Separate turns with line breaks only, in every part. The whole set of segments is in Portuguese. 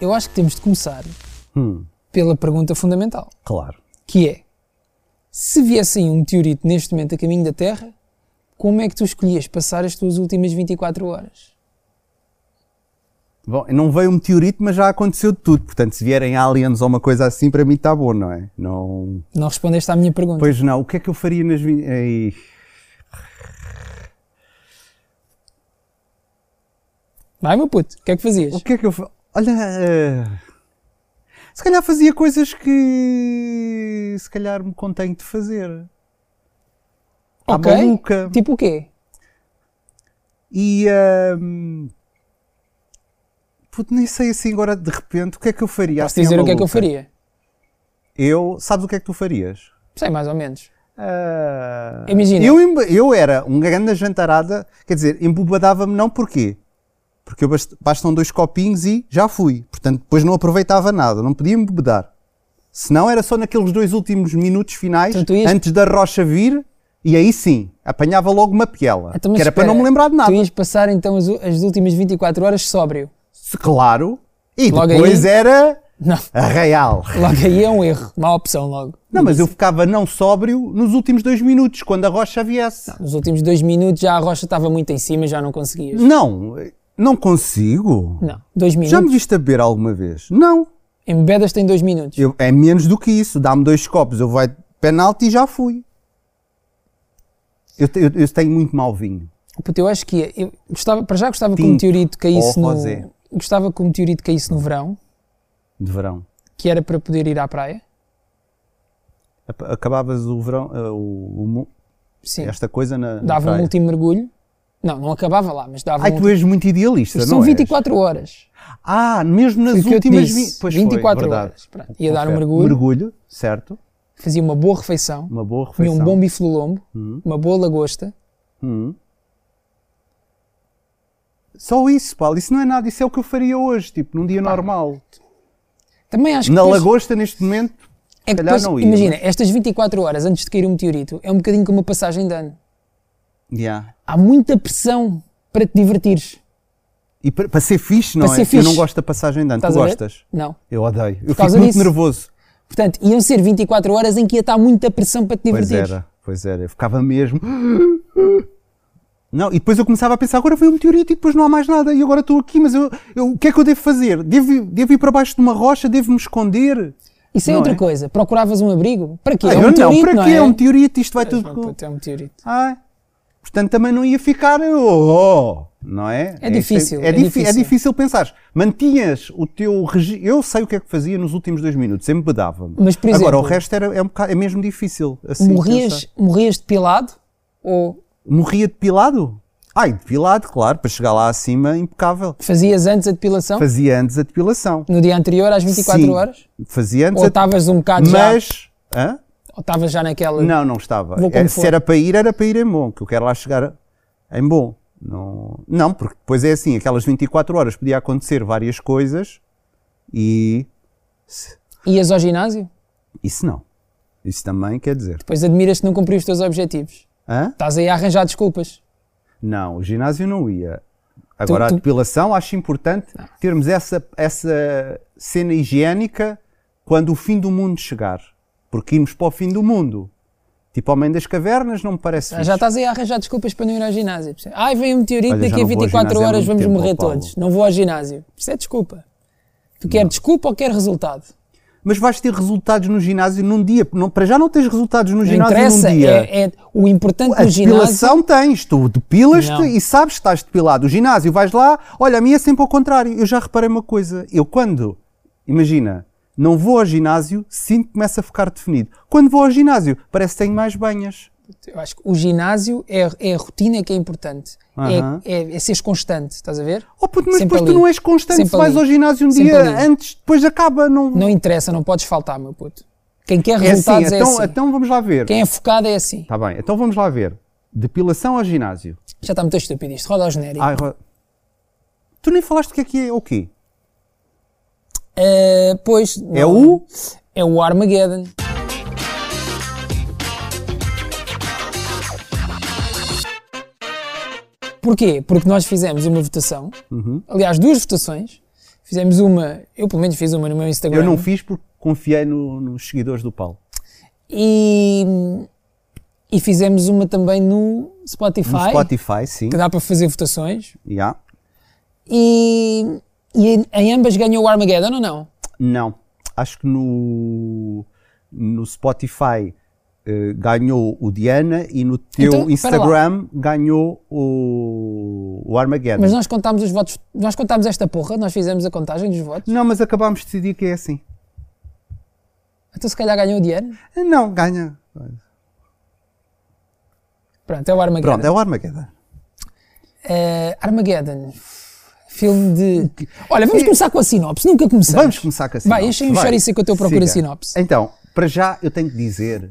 Eu acho que temos de começar
Hum,
pela pergunta fundamental,
claro.
que é se viesse aí um meteorito neste momento a caminho da Terra, como é que tu escolhias passar as tuas últimas 24 horas?
Bom, não veio um meteorito, mas já aconteceu de tudo. Portanto, se vierem aliens ou uma coisa assim, para mim está bom, não é? Não.
Não respondeste à minha pergunta.
Pois não, o que é que eu faria nas minhas. Ei.
Vai, meu puto, o que é que fazias?
O que é que eu fa... Olha. eh, Se calhar fazia coisas que. Se calhar me contenho de fazer. Tá
Ok.
maluca.
Tipo o quê?
E. ehm, puto, nem sei assim agora de repente o que é que eu faria.
Posso
assim, à
dizer o que é que eu
maluca?
faria?
Eu. Sabes o que é que tu farias?
Sei, mais ou menos.
Ah,
Imagina.
Eu, embe- eu era um grande jantarada, quer dizer, embobadava-me não porquê? Porque eu bast- bastam dois copinhos e já fui. Portanto, depois não aproveitava nada, não podia embebedar. Senão era só naqueles dois últimos minutos finais,
Então tu ias-
antes da rocha vir, e aí sim, apanhava logo uma piela.
Então, mas
que era para
espera,
não me lembrar de nada.
Tu ias passar então as, u- as últimas 24 horas sóbrio.
Se- Claro. E
Logo
depois
aí-
era
Não,
arraial.
logo aí é um erro. Má opção logo.
Não, mas eu ficava não sóbrio nos últimos dois minutos, quando a rocha viesse.
Nos últimos dois minutos já a rocha estava muito em cima, já não conseguias.
Não, não consigo.
Não, dois
Já me
minutos.
viste a beber alguma vez? Não.
Embedas tem dois minutos.
Eu- é menos do que isso. Dá-me dois copos, eu vou a penalti e já fui. Eu, te- eu- eu tenho muito mau vinho.
Puta, eu acho que ia- eu gostava, para já gostava que o
Tinto
meteorito caísse
ou
no
rosé.
gostava que o meteorito caísse no verão,
De verão.
que era para poder ir à praia.
Ap- Acabavas o verão, eh, o- o mu-
Sim.
esta coisa na. na
dava um
praia.
último mergulho. Não, não acabava lá, mas dava
Ai,
um
tu
último.
és muito idealista,
São
não é?
24 horas.
és? Ah, mesmo nas
Foi o que eu te
últimas
disse.
vi- Pois
24
foi,
horas.
verdade.
Pronto. Ia dar um
Confere.
mergulho.
Mergulho, certo.
Fazia uma boa refeição,
Uma boa
comia
refeição. Uhum.
um bom bife do lombo, uma boa lagosta.
Hum. Só isso, Paulo. Isso não é nada. Isso é o que eu faria hoje, tipo, num dia normal.
Também acho que
Na
depois-
lagosta, neste momento,
é que
calhar
depois,
não ia,
imagina, estas 24 horas antes de cair o meteorito é um bocadinho como uma passagem de ano.
Yeah.
Há muita pressão para te divertires.
E para, para ser fixe, não
Para
é?
ser
Eu
fixe.
não gosto da passagem de ano. Tu
Estás a ver?
gostas?
Não.
Eu odeio. Eu fico
causa
muito
disso.
nervoso.
Portanto, iam ser 24 horas em que ia estar muita pressão para te
Pois
divertir.
era, pois era. Eu ficava mesmo. Não, e depois eu começava a pensar, agora veio um meteorito e depois não há mais nada, e agora estou aqui, mas eu, eu- o que é que eu devo fazer? Devo, ir- devo ir para baixo de uma rocha? Devo me esconder?
Isso é
Não
outra
é?
coisa. Procuravas um abrigo? Para quê?
Ah,
é um
eu não,
meteorito,
para
não
quê?
é?
É um meteorito, isto vai
Mas,
tudo.
mas,
com-
puto, é um meteorito.
Ah, portanto, também não ia ficar. Oh, oh, não é?
É
Isto
difícil,
É,
é
difi-
difícil.
é difícil pensar. Mantinhas o teu registro. Eu sei o que é que fazia nos últimos dois minutos. Eu embedava-me.
Mas, por
Agora,
exemplo,
o resto era, é, um bocado, é mesmo difícil. Assim, pensar.
Morrias, morrias depilado? Ou
Morria depilado? Ai, depilado, claro, para chegar lá acima, impecável.
fazias antes a depilação?
Fazia antes a depilação.
No dia anterior, às 24
Sim,
horas?
Fazia antes
Ou
a
estavas um bocado já?
Mas. Hã?
Ou estavas já naquela...
Não, não estava.
Vou
É,
como for.
se era para ir, era para ir em bom, que eu quero lá chegar em bom. Não, não, porque depois é assim, aquelas 24 horas podia acontecer várias coisas e
Ias ao ginásio?
isso não. Isso também quer dizer.
Depois admiras-te não cumprir os teus objetivos.
Hã?
Estás aí a arranjar desculpas.
Não, o ginásio não ia. Agora,
tu-
a depilação, acho importante termos essa, essa cena higiênica quando o fim do mundo chegar. Porque irmos para o fim do mundo, tipo Homem das Cavernas, não me parece
Ah, Já
fixe.
estás aí a arranjar desculpas para não ir ao ginásio. percebe? Ai, vem um meteorito,
Olha, já
daqui a
não vou ao
24
ginásio há
horas
muito
vamos
tempo,
morrer
Paulo.
todos. Não vou ao ginásio. Isso é desculpa. Tu quer desculpa ou quer resultado?
Mas vais ter resultados no ginásio num dia. Não- para já não tens resultados no
Não
ginásio
interessa.
num dia.
É, é- o importante
A
do ginásio.
depilação tens, tu depilas-te
Não.
e sabes que estás depilado. O ginásio vais lá, olha, a mim é sempre ao contrário. Eu já reparei uma coisa. Eu quando, imagina, não vou ao ginásio, sinto que começa a ficar definido. Quando vou ao ginásio, parece que tenho mais banhas.
Eu acho que o ginásio é, é a rotina que é importante.
Aham.
É, é, é seres constante, estás a ver?
Oh puto, mas
Sempre
depois
ali.
tu não és constante.
Sempre
Se vais
ali.
ao ginásio um
Sempre
dia
ali.
antes, depois acaba. Não...
Não interessa, não podes faltar, meu puto. Quem quer
é assim,
resultados é assim.
então, então vamos lá ver.
Quem é focado é assim.
Tá bem, então vamos lá ver. Depilação ao ginásio.
Já está muito estúpido isto. Roda ao genérico.
Ai, ro- Ah, Tu nem falaste o que é que é o quê?
Eh, pois.
É
não.
o...
É o Armageddon.
Uhum.
Porquê? Porque nós fizemos uma votação, aliás, duas votações. Fizemos uma, eu pelo menos fiz uma no meu Instagram.
Eu não fiz porque confiei no- nos seguidores do Paulo.
E, e fizemos uma também no Spotify,
No Spotify, sim.
que dá para fazer votações.
Yeah.
E, e em- em ambas ganhou o Armageddon ou não?
Não. Acho que no, no Spotify eh, ganhou o Diana e no teu
Então, espera
Instagram ganhou o, o Armageddon.
Mas nós contámos os votos, nós contámos esta porra, nós fizemos a contagem dos votos.
Não, mas acabámos de decidir que é assim.
Então se calhar ganhou o dinheiro.
Não, ganha.
Pronto, é o Armageddon.
Pronto, é o Armageddon.
Eh, Armageddon, filme de... Olha, vamos começar com a sinopse, nunca começamos.
Vamos começar com a sinopse.
Vai, enchem o chouriço enquanto eu procuro a sinopse.
Então, para já eu tenho que dizer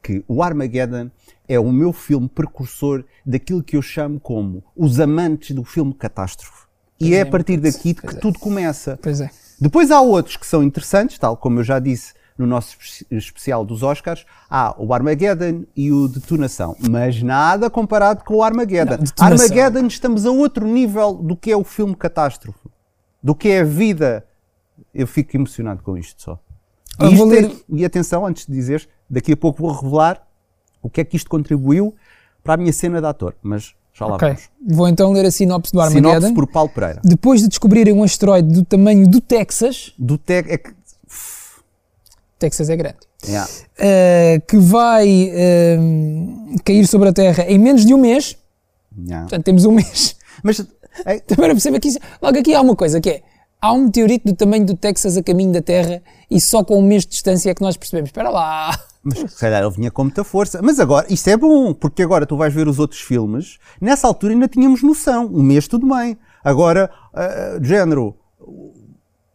que o Armageddon é o meu filme precursor daquilo que eu chamo como os amantes do filme catástrofe. E é a partir daqui que tudo começa.
Pois é.
Depois há outros que são interessantes, tal como eu já disse no nosso espe- especial dos Oscars, há o Armageddon e o Detonação, mas nada comparado com o Armageddon.
Não, Detonação.
Armageddon estamos a outro nível do que é o filme catástrofe, do que é a vida. Eu fico emocionado com isto só.
Eu
E, isto
vou
é-
ler-
e atenção, antes de dizeres, daqui a pouco vou revelar o que é que isto contribuiu para a minha cena de ator, mas já lá
Ok,
vamos.
vou então ler a sinopse do Armageddon.
Sinopse por Paulo Pereira.
Depois de descobrirem um asteroide do tamanho do Texas,
Do Tec... É que...
Texas é grande,
Yeah.
eh, que vai ehm, cair sobre a Terra em menos de um mês,
Yeah.
portanto temos um mês,
Mas... é-
também não percebo aqui, logo aqui há uma coisa que é, há um meteorito do tamanho do Texas a caminho da Terra e só com um mês de distância é que nós percebemos, espera lá,
Mas se calhar ele vinha com muita força. Mas agora, isto é bom, porque agora tu vais ver os outros filmes. Nessa altura ainda tínhamos noção. Um mês tudo bem. Agora, ah, de género, o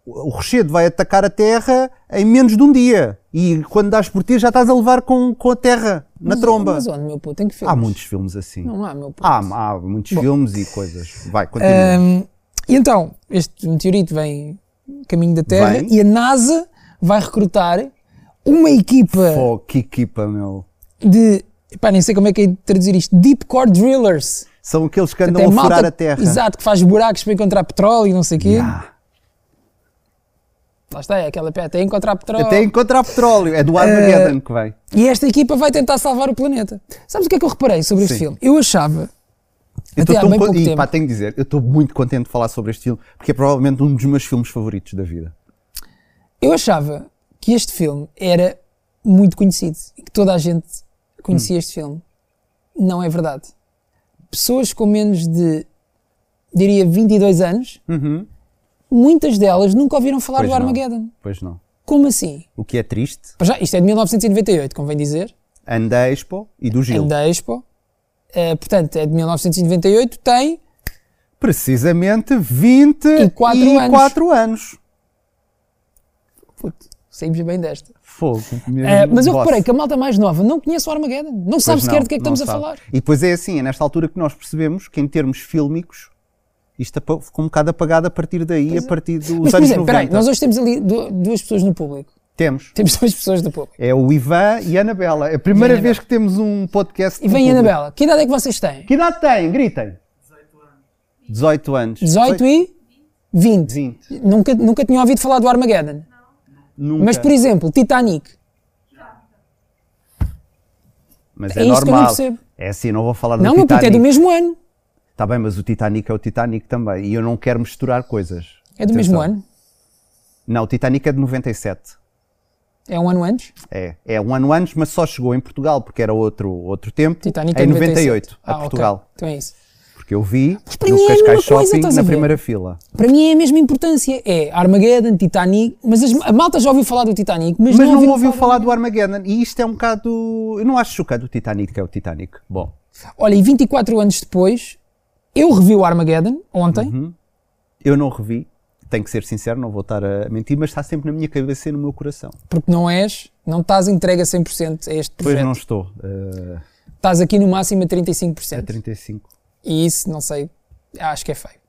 o rochedo vai atacar a Terra em menos de um dia. E quando dás por ti já estás a levar com, com a Terra na
Mas-
tromba.
Mas onde, meu puto, tem que filmes?
há muitos filmes assim.
Não há, meu puto.
Há, há muitos filmes e coisas. Vai, continua.
Ahm, e então, este meteorito vem caminho da Terra
Vem.
e a NASA vai recrutar uma equipa
Pô, Oh, que equipa, meu.
de. Pá, nem sei como é que é de traduzir isto. Deep Core Drillers.
São aqueles que
Tem
andam a
malta-
furar a Terra.
Exato, que faz buracos para encontrar petróleo e não sei o quê.
Yeah.
Lá está, é aquela pé até encontrar petróleo.
Até encontrar petróleo. É do
Ah.
Armageddon que vai.
E esta equipa vai tentar salvar o planeta. Sabes o que é que eu reparei sobre este
Sim.
filme? Eu achava.
Eu
até
estou
há
tão
bem
con-
pouco
e,
tempo.
pá, tenho de dizer, eu estou muito contente de falar sobre este filme, porque é provavelmente um dos meus filmes favoritos da vida.
Eu achava que este filme era muito conhecido e que toda a gente conhecia
Hum.
este filme. Não é verdade. Pessoas com menos de, diria, 22 anos, muitas delas nunca ouviram falar
Hum. Pois
do
não.
Uhum. Armageddon.
Pois não.
Como assim?
O que é triste,
Para já, isto é de 1998, convém dizer,
and da Expo e do Gil.
é da Expo. Eh, portanto, é de 1998, tem
Precisamente 24
quatro anos.
anos.
Puto, saímos bem desta.
Fogo. mesmo
Eh, mas eu
Hum, boss.
reparei que a malta mais nova não conhece o Armageddon, não sabe
Pois
sequer
não,
do que é que
não
estamos a
sabe.
falar.
E depois é assim, é nesta altura que nós percebemos que em termos fílmicos, isto apa- ficou um bocado apagado a partir daí, a partir dos
é. Mas, por
anos
exemplo,
90.
peraí, nós hoje temos ali du- duas pessoas no público.
Temos.
Temos duas pessoas do público.
É o Ivan e a Anabela. É a primeira
Vem,
vez que temos um podcast.
E vem a
com público.
Anabela. Que idade é que vocês têm?
Que idade tem? Gritem. 18 anos.
18 e 20.
20.
Nunca, nunca tinham ouvido falar do Armageddon.
Nunca.
Mas, por exemplo, Titanic.
Mas
é isso que
é,
eu não
normal.
percebo.
é assim, não vou falar
Não,
do
meu puto, é
Titanic.
do mesmo ano.
Tá bem, mas o Titanic é o Titanic também. E eu não quero misturar coisas.
É do mesmo
Atenção.
ano.
Não, o Titanic é de 97.
É um ano antes.
É, é um ano antes, mas só chegou em Portugal, porque era outro, outro tempo.
Titanic
em
é
98,
98.
a
Ah, ok.
Portugal.
Então é isso.
Porque eu vi
para mim é
no
a
Cascais
mesma coisa,
Shopping
estás a
na
ver?
primeira fila.
Para mim é a mesma importância. É Armageddon, Titanic. Mas as- a malta já ouviu falar do Titanic, mas,
Mas não,
ouviram
ouviu falar do Armageddon. E isto é um bocado. Eu não acho chocado o Titanic, que é o Titanic. Bom,
Olha, e 24 anos depois, eu revi o Armageddon ontem.
Uhum. eu não revi. Tenho que ser sincero, não vou estar a mentir, mas está sempre na minha cabeça e no meu coração.
Porque não és, não estás entregue a 100% a este
Pois
projeto.
não estou. eh,
Estás aqui no máximo a
a
35%.
35.
E isso, não sei, acho que é feio.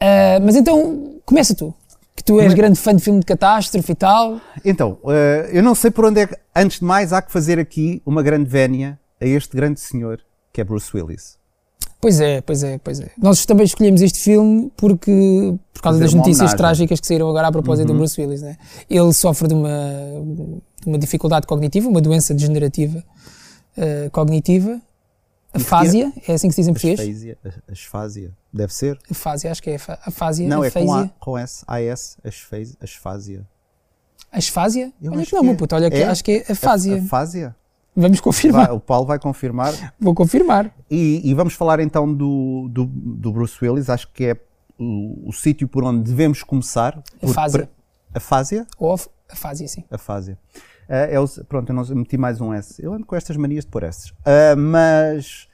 Ah, mas então, começa tu. Que tu és grande fã de filme de catástrofe e tal.
Então, eh, eu não sei por onde é que. Antes de mais, há que fazer aqui uma grande vénia a este grande senhor que é Bruce Willis.
Pois é, pois é, pois é. Nós também escolhemos este filme porque, por causa
Fazer
das
uma
notícias
homenagem. Uhum.
trágicas que saíram agora a propósito do Bruce Willis, né? Ele sofre de uma, de uma dificuldade cognitiva, uma doença degenerativa eh, cognitiva. Afásia, é assim que se diz em português?
Asfásia. Asfásia. Deve ser?
Afásia, acho que é afa- afásia.
Não, é com, a,
afásia.
com S. AS. Asfásia. Asfásia.
Asfásia?
Eu
olha
acho
que não,
que
meu
é.
puto, olha que
É?
acho que é afásia.
Afásia?
Vamos confirmar,
Vai, o Paulo vai confirmar.
vou confirmar.
E, e vamos falar então do, do, do Bruce Willis. Acho que é o, o sítio por onde devemos começar. Por-
Afásia.
pre- Afásia?
Ou af- afásia, sim.
a fase. Ah, é os- pronto, eu não eu meti mais um S. Eu ando com estas manias de pôr S. Ah, mas,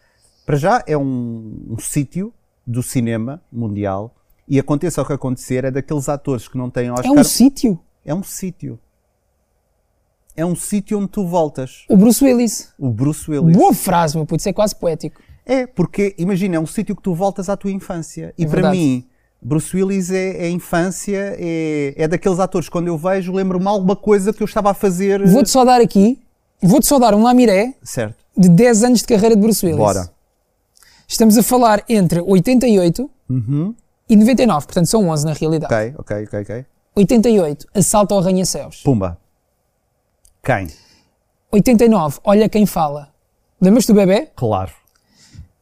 para já, é um, um sítio do cinema mundial e aconteça o que acontecer, é daqueles atores que não têm Oscar.
É um sítio.
É um sítio. É um sítio onde tu voltas.
O Bruce Willis.
O Bruce Willis.
Boa frase, meu puto, isso é quase poético.
É, porque imagina, é um sítio que tu voltas à tua infância. E
É
para
verdade.
mim, Bruce Willis é, é infância, é, é daqueles atores que quando eu vejo, lembro-me alguma coisa que eu estava a fazer.
Vou-te só dar aqui, vou-te só dar um lamiré
Certo.
de 10 anos de carreira de Bruce Willis.
Bora.
Estamos a falar entre 88 e 99, portanto são 11 na realidade.
Uhum. Ok, ok, ok, ok.
88, Assalto ao Arranha-Céus.
Pumba. Quem?
89, Olha Quem Fala. Lembras-te do bebê?
Claro.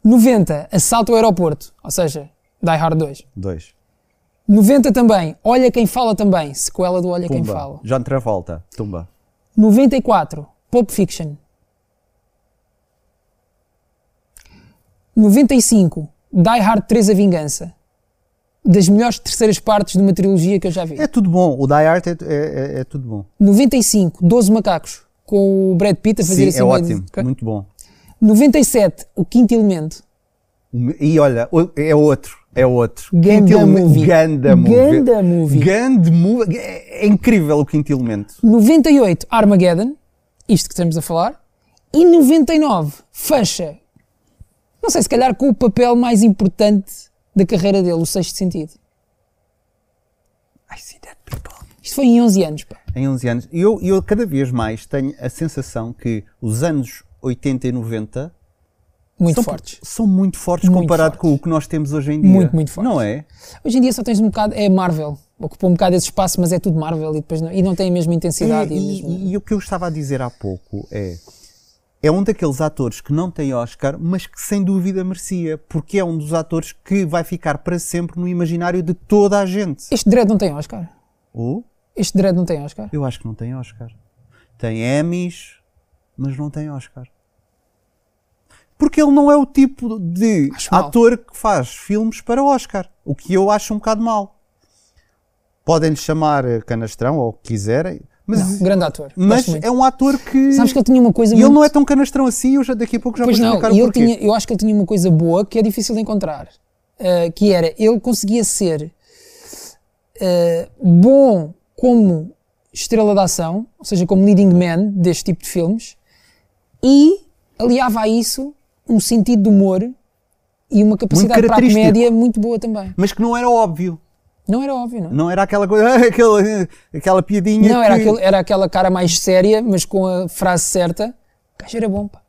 90, Assalto ao Aeroporto, ou seja, Die Hard 2.
Dois.
90 também, Olha Quem Fala também, sequela do Olha É Quem
Pumba.
Fala.
John Travolta. Tumba.
94, Pulp Fiction. 95, Die Hard 3 A Vingança. Das melhores terceiras partes de uma trilogia que eu já vi.
É tudo bom. O Die Hard é, é- é- é tudo bom.
95, 12 Macacos. Com o Brad Pitt a fazer
Sim,
assim.
é
meio-
ótimo.
Ok.
Muito bom.
97, O Quinto Elemento.
O me- E olha, o- é outro. É outro.
Ganda
Quinto eleme-
movie.
Ganda movie.
Ganda movie.
Ganda movie. É é incrível o quinto elemento.
98, Armageddon. Isto que estamos a falar. E 99, fecha. Não sei, se calhar com o papel mais importante da carreira dele, o Sexto Sentido.
I see that people.
Isto foi em 11 anos, pá.
Em 11 anos. E eu, eu cada vez mais tenho a sensação que os anos 80 e 90
Muito
são,
fortes.
são muito fortes
Muito
comparado
fortes.
com o que nós temos hoje em dia.
Muito, muito fortes.
Não é?
Hoje em dia só tens um bocado, é Marvel. Ocupa um bocado esse espaço, mas é tudo Marvel e, depois não, e não tem a mesma intensidade.
É,
e, a
e,
mesma-
e o que eu estava a dizer há pouco é é um daqueles atores que não tem Oscar, mas que sem dúvida merecia, porque é um dos atores que vai ficar para sempre no imaginário de toda a gente.
Este Dread não tem Oscar.
Ou
Este Dread não tem Oscar.
eu acho que não tem Oscar. Tem Emmys, mas não tem Oscar. Porque ele não é o tipo de
Acho mal.
ator que faz filmes para Oscar, o que eu acho um bocado mal. Podem-lhe chamar eh, canastrão ou o que quiserem, mas
Não, grande ator.
mas
Gosto muito.
é um ator que.
Sabes que ele tinha uma coisa
E ele
muito...
não é tão canastrão assim, eu já, daqui a pouco já
Pois
vou
não,
explicar
e
o
ele
porquê.
tinha, eu acho que ele tinha uma coisa boa que é difícil de encontrar, ah, que era, ele conseguia ser ah, bom como estrela de ação, ou seja, como leading man deste tipo de filmes, e aliava a isso um sentido de humor e uma capacidade para a
característico.
comédia muito boa também.
Mas que não era óbvio.
Não era óbvio, não?
Não era aquela coisa, aquela, aquela piadinha.
Não, era,
que-
aquele- era aquela cara mais séria, mas com a frase certa. O gajo era bom, pá.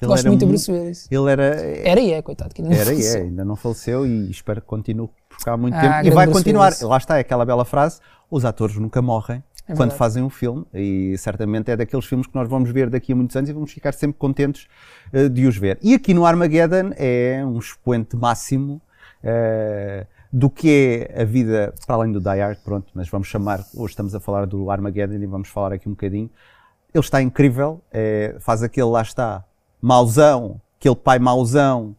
Ele
Gosto
era
muito do
mu-
Bruce Willis.
Ele era.
Era e é, coitado. Que ainda não
Era e é,
faleceu.
ainda não faleceu e espero que continue por cá há muito
Ah,
tempo. E
grande
vai
Bruce
continuar.
Willis.
Lá está, é aquela bela frase: os atores nunca morrem
É
quando
verdade.
fazem um filme. E certamente é daqueles filmes que nós vamos ver daqui a muitos anos e vamos ficar sempre contentes eh, de os ver. E aqui no Armageddon é um expoente máximo. eh, do que é a vida para além do Die Hard, pronto, mas vamos chamar, hoje estamos a falar do Armageddon e vamos falar aqui um bocadinho. Ele está incrível, eh, faz aquele lá está, mauzão, aquele pai mauzão,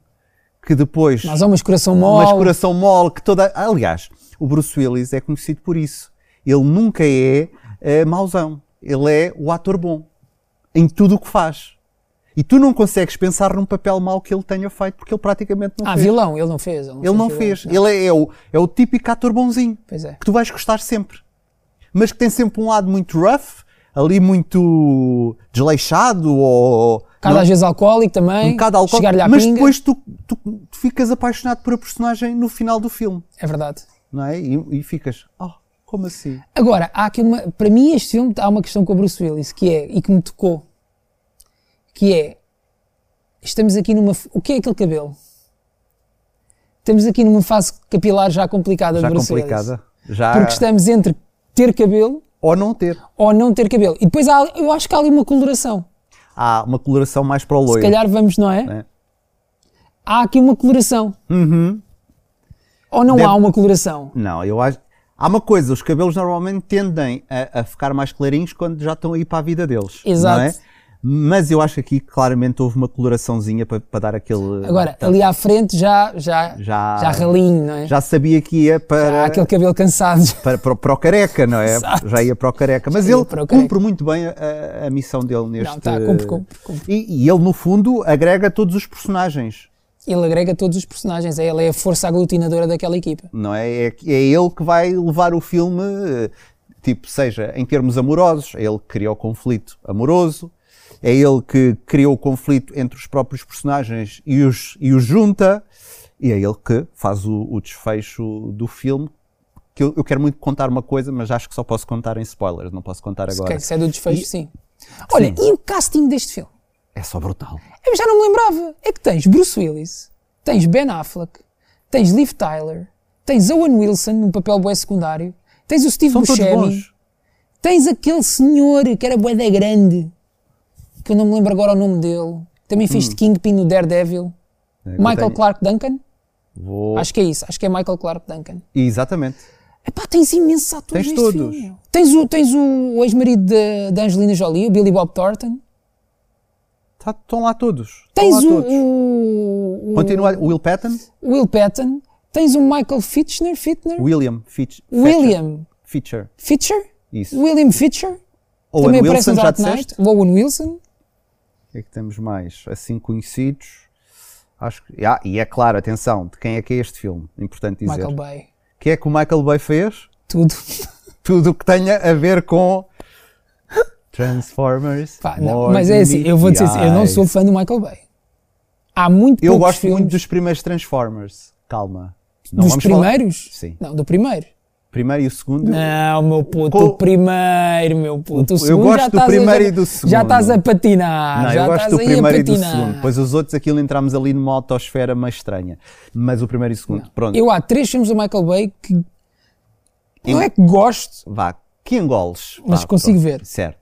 que depois
Mas há umas coração
mas
mole.
coração mole, que toda. Aliás, o Bruce Willis é conhecido por isso. Ele nunca é eh, mauzão. Ele é o ator bom em tudo o que faz. E tu não consegues pensar num papel mau que ele tenha feito, porque ele praticamente não
Ah,
fez.
vilão, ele não fez.
Ele não
vilão.
fez. Ele é, é o, é o típico ator bonzinho,
Pois é.
que tu vais gostar sempre. Mas que tem sempre um lado muito rough, ali muito desleixado ou.
Cada
não-
às vezes é alcoólico também.
um bocado alcoólico,
Chegar-lhe à
mas
pinga.
depois tu, tu, tu ficas apaixonado por a personagem no final do filme,
É verdade.
não é? E, e ficas, oh, como assim?
Agora, há aqui uma. Para mim, este filme há uma questão com o Bruce Willis que é, e que me tocou. Que é. Estamos aqui numa. O que é aquele cabelo? Estamos aqui numa fase capilar já complicada
já
de Braceletes.
complicada. Ah. Já
Porque é- estamos entre ter cabelo
ou não ter.
ou não ter cabelo. E depois há, eu acho que há ali uma coloração.
Há uma coloração mais para o
Se
loiro.
calhar vamos, não é?
né?
Há aqui uma coloração. Ou não
Uhum. Deve-
há uma coloração.
Não, eu acho. Há uma coisa, os cabelos normalmente tendem a, a ficar mais clarinhos quando já estão aí para a vida deles.
Exato.
Não é? Mas eu acho que aqui claramente houve uma coloraçãozinha para, para dar aquele.
Agora, ali à frente já, já,
Tá. Já-
ralinho, não é?
já é. sabia que ia
há
para,
aquele cabelo cansado.
para, para, para o careca, não é?
Exato.
Já ia para o careca. Mas
Já ia
ele
para o careca.
cumpre muito bem a, a- a missão dele neste.
Não, tá, cumpre, cumpre, cumpre.
E, e ele, no fundo, agrega todos os personagens,
Ele agrega todos os personagens. Ele é a força aglutinadora daquela equipa.
não é? É, é ele que vai levar o filme, eh, tipo, seja em termos amorosos, é ele que cria o conflito amoroso, é ele que criou o conflito entre os próprios personagens e os, e os junta, e é ele que faz o, o desfecho do filme. Que eu, eu quero muito contar uma coisa, mas acho que só posso contar em spoilers, não posso contar agora.
Ok, se é do desfecho, sim. Olha, e o casting deste filme?
É só brutal.
Eu já não me lembrava. É que tens Bruce Willis, tens Ben Affleck, tens Liv Tyler, tens Owen Wilson num papel bué secundário, tens o Steve
São todos
Buscemi,
bons. É,
tens aquele senhor que era bué da grande, que eu não me lembro agora o nome dele, também fez de Kingpin no Daredevil,
É, Hum. eu
Michael
tenho- Oh.
Clark Duncan,
Vou-
acho que é isso, acho que é Michael Clark Duncan.
Exatamente.
Epá, tens imensos atores neste
Tens todos.
filme. meu. Tens o, tens o ex-marido da- da Angelina Jolie, o Billy Bob Thornton.
Tá- Estão lá todos. Estão
Tens um-
lá
o,
todos.
o- o-
Continua o Will Patton,
Will Patton, tens o Michael Fitchner, Fitner?
William Fitch,
William
Fitcher.
Fitcher?
Isso.
William Fitcher?
Owen
aparece
Wilson,
no
já
Dark
disseste?
Knight. O Owen Wilson?
O que é que temos mais? Assim conhecidos. Acho que. Ah, e é claro, atenção, de quem é que é este filme? Importante dizer.
Michael Bay.
O que é que o Michael Bay fez?
Tudo.
Tudo o que tenha a ver com. Transformers.
Pá, não,
More
mas é
Than
assim,
Meets
eu vou dizer
the
assim, eu não
Eye.
sou fã do Michael Bay. Há muito
Eu
poucos
gosto
filmes
muito dos primeiros Transformers. Calma. Não
dos
vamos falar-
primeiros?
Sim.
Não, do primeiro.
Primeiro e o segundo.
Não, meu puto,
Com-
o primeiro, meu puto.
Eu
O segundo
gosto
já
do
estás a-
primeiro e do
Já
segundo.
estás a patinar.
Não,
Ah, já
eu gosto
estás
do
aí a
primeiro e do
patinar.
segundo. Pois os outros, aquilo entramos ali numa autosfera mais estranha. Mas o primeiro e o segundo, pronto.
Eu há três filmes do Michael Bay que. Não é que gosto,
Vá, que engoles.
Mas
Vá,
consigo
pronto.
ver.
Certo.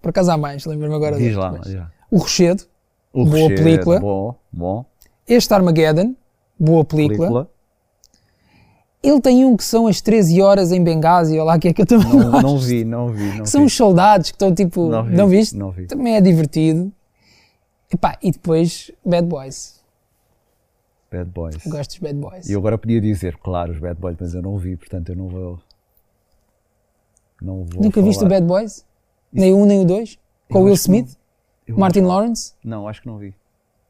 por acaso há mais, lembro-me agora
Diz
deste,
lá,
mas-
diz lá.
O Rochedo,
O
boa
Rochedo,
película.
Bom, bom.
Este Armageddon, boa película.
Película.
Ele tem um que são as 13 horas em Benghazi, ou lá que é que eu também
Não,
gosto.
não vi, não vi. Não
que são
vi.
os soldados que estão tipo.
Não
Não,
vi,
viste?
não vi.
Também é divertido. Epá, e depois Bad Boys.
Bad Boys.
Eu Gosto dos Bad Boys.
E eu agora podia dizer, claro, os Bad Boys, mas eu não vi, portanto eu não vou. Não vou.
Nunca
falar.
viste o Bad Boys? Nem o um, nem o dois? Com o Will
acho que não.
Smith?
Eu-
Martin Lawrence?
Não, acho que não vi.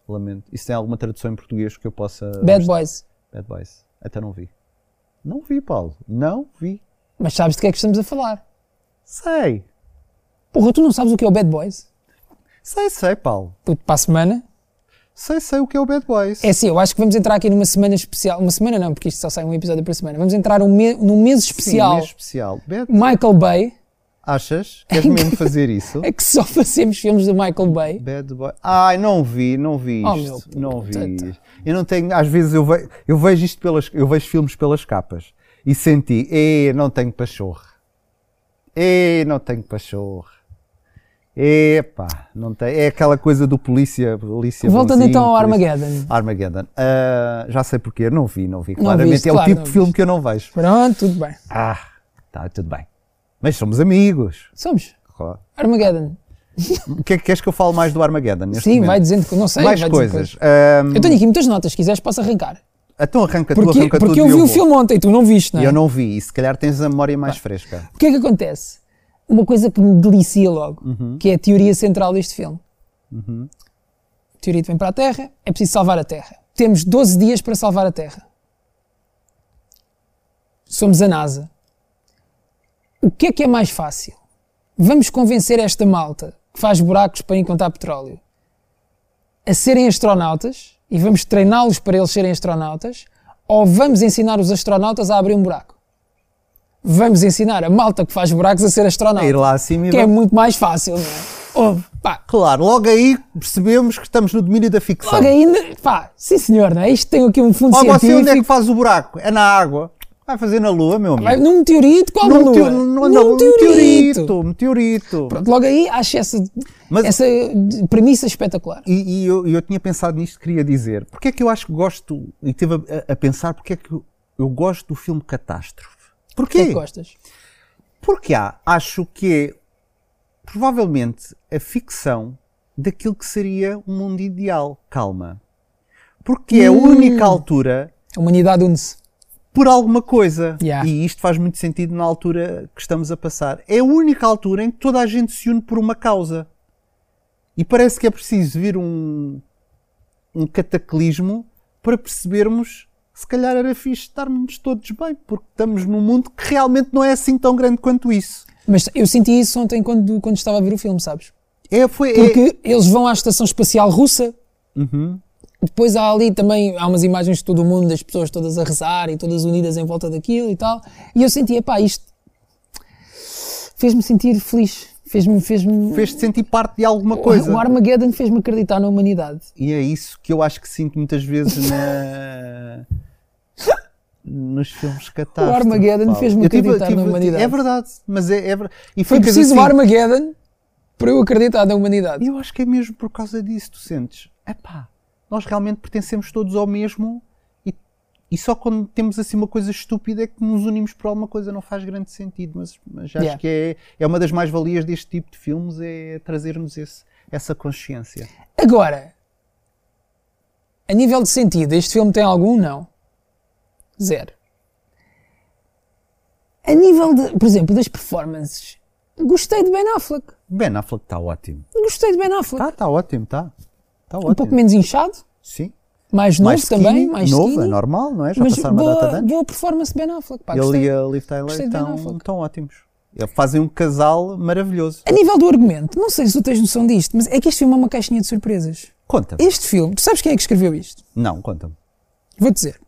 Lamento. Isso tem alguma tradução em português que eu possa.
Bad Boys.
Bad Boys. Até não vi. Não vi, Paulo. Não vi.
Mas sabes de que é que estamos a falar?
Sei.
Porra, tu não sabes o que é o Bad Boys?
Sei, sei, Paulo.
Puto, para a semana.
Sei, sei o que é o Bad Boys.
É assim, eu acho que vamos entrar aqui numa semana especial. Uma semana não, porque isto só sai um episódio por semana. Vamos entrar um me- num mês
Sim,
especial.
mesmo é especial. Bad...
Michael Bay.
Achas? Queres mesmo fazer isso?
É que só fazemos filmes do Michael Bay.
Bad Boy. Ai, não vi, não vi
Oh,
isto.
meu
não
puta,
vi.
tá.
isto. Eu não tenho, às vezes eu, ve, eu vejo isto pelas, eu vejo filmes pelas capas e senti, eh, não tenho pachorra. Eh, não tenho pachorra. Epá, não tem. É aquela coisa do polícia, polícia
Voltando
bonzinho,
então ao
polícia-
Armageddon.
Armageddon. Ah, já sei porquê, não vi, não vi.
Não
Claramente
viste,
é o
claro,
tipo
não
de filme que eu não vejo.
Pronto, tudo bem.
Ah, tá, tudo bem. Mas somos amigos.
Somos.
Claro.
Armageddon.
O que é que queres que eu fale mais do Armageddon? Neste
Sim,
momento?
vai dizendo que não sei.
Mais
vai dizendo
coisas. Ahm,
Eu tenho aqui muitas notas, se quiseres posso arrancar.
Então arranca tu,
Porque,
arranca
porque
tu
eu
e
vi
vou.
o filme ontem, tu não viste, não
E
é?
eu não vi, e se calhar tens a memória mais fresca.
O que é que acontece? Uma coisa que me delicia logo,
Uhum.
que é a teoria central deste filme. A teoria de vem para a Terra, é preciso salvar a Terra. Temos 12 dias para salvar a Terra. Somos a NASA. O que é que é mais fácil? Vamos convencer esta malta que faz buracos para encontrar petróleo a serem astronautas e vamos treiná-los para eles serem astronautas ou vamos ensinar os astronautas a abrir um buraco? Vamos ensinar a malta que faz buracos a ser
A ir
astronauta.
lá acima e
Que é
vamos-
muito mais fácil, não é? Houve, pá,
Claro, logo aí percebemos que estamos no domínio da ficção.
logo ainda, pá, sim senhor, não é? Isto tem aqui um fundo
Ó, você onde é que
científico.
faz o buraco? É na água. Vai fazer na lua, meu amigo.
Vai num meteorito, qual
Num
lua?
teo- num- não, um
meteorito.
meteorito, um meteorito.
Pronto, logo aí acho essa,
Mas-
essa premissa espetacular.
E, e eu, eu tinha pensado nisto, queria dizer. Porque é que eu acho que gosto, e estive a, a pensar, porque é que eu, eu gosto do filme Catástrofe?
O que é que
Porquê?
gostas?
Porque há, acho que é provavelmente a ficção daquilo que seria um mundo ideal. Calma. Porque é a única altura
A humanidade une-se.
por alguma coisa.
Yeah.
E isto faz muito sentido na altura que estamos a passar. É a única altura em que toda a gente se une por uma causa. E parece que é preciso vir um, um cataclismo para percebermos se calhar era fixe estarmos todos bem, porque estamos num mundo que realmente não é assim tão grande quanto isso.
Mas eu senti isso ontem quando, quando estava a ver o filme, sabes?
É, foi, é-
Porque eles vão à Estação Espacial Russa.
Uhum.
Depois há ali também, há umas imagens de todo o mundo, das pessoas todas a rezar e todas unidas em volta daquilo e tal. E eu sentia, pá, isto fez-me sentir feliz. Fez-me, fez-me...
fez-te sentir parte de alguma coisa.
O Armageddon fez-me acreditar na humanidade.
E é isso que eu acho que sinto muitas vezes na... nos filmes catástrofe.
Armageddon
Paulo.
fez-me
Eu tive-
acreditar na
tive-
humanidade.
É verdade, mas é, é ver- e
Foi
ficas
preciso o
assim,
Armageddon para eu acreditar na humanidade.
Eu acho que é mesmo por causa disso tu sentes. Epá, nós realmente pertencemos todos ao mesmo e, e só quando temos assim uma coisa estúpida é que nos unimos por alguma coisa, não faz grande sentido, mas, mas acho
Yeah.
que é, é uma das mais-valias deste tipo de filmes é trazer-nos esse- essa consciência.
Agora, a nível de sentido, este filme tem algum? Não. Zero. A nível, de, por exemplo, das performances, gostei de Ben Affleck.
Ben Affleck está ótimo.
Gostei de Ben Affleck.
Está, está ótimo, está. Está
um
Tá ótimo.
pouco menos inchado,
Sim.
mais novo
skinny,
também, mais
novo, é
skinny,
normal, não é? Já
mas
passaram uma data de
boa,
anos.
boa performance de Ben Affleck. pá,
Ele
gostei.
e a Liv Tyler
Gostei de Ben
estão,
Affleck.
estão ótimos. Eles fazem um casal maravilhoso.
A nível do argumento, não sei se tu tens noção disto, mas é que este filme é uma caixinha de surpresas.
Conta-me.
Este filme, tu sabes quem é que escreveu isto?
Não, conta-me.
Vou dizer.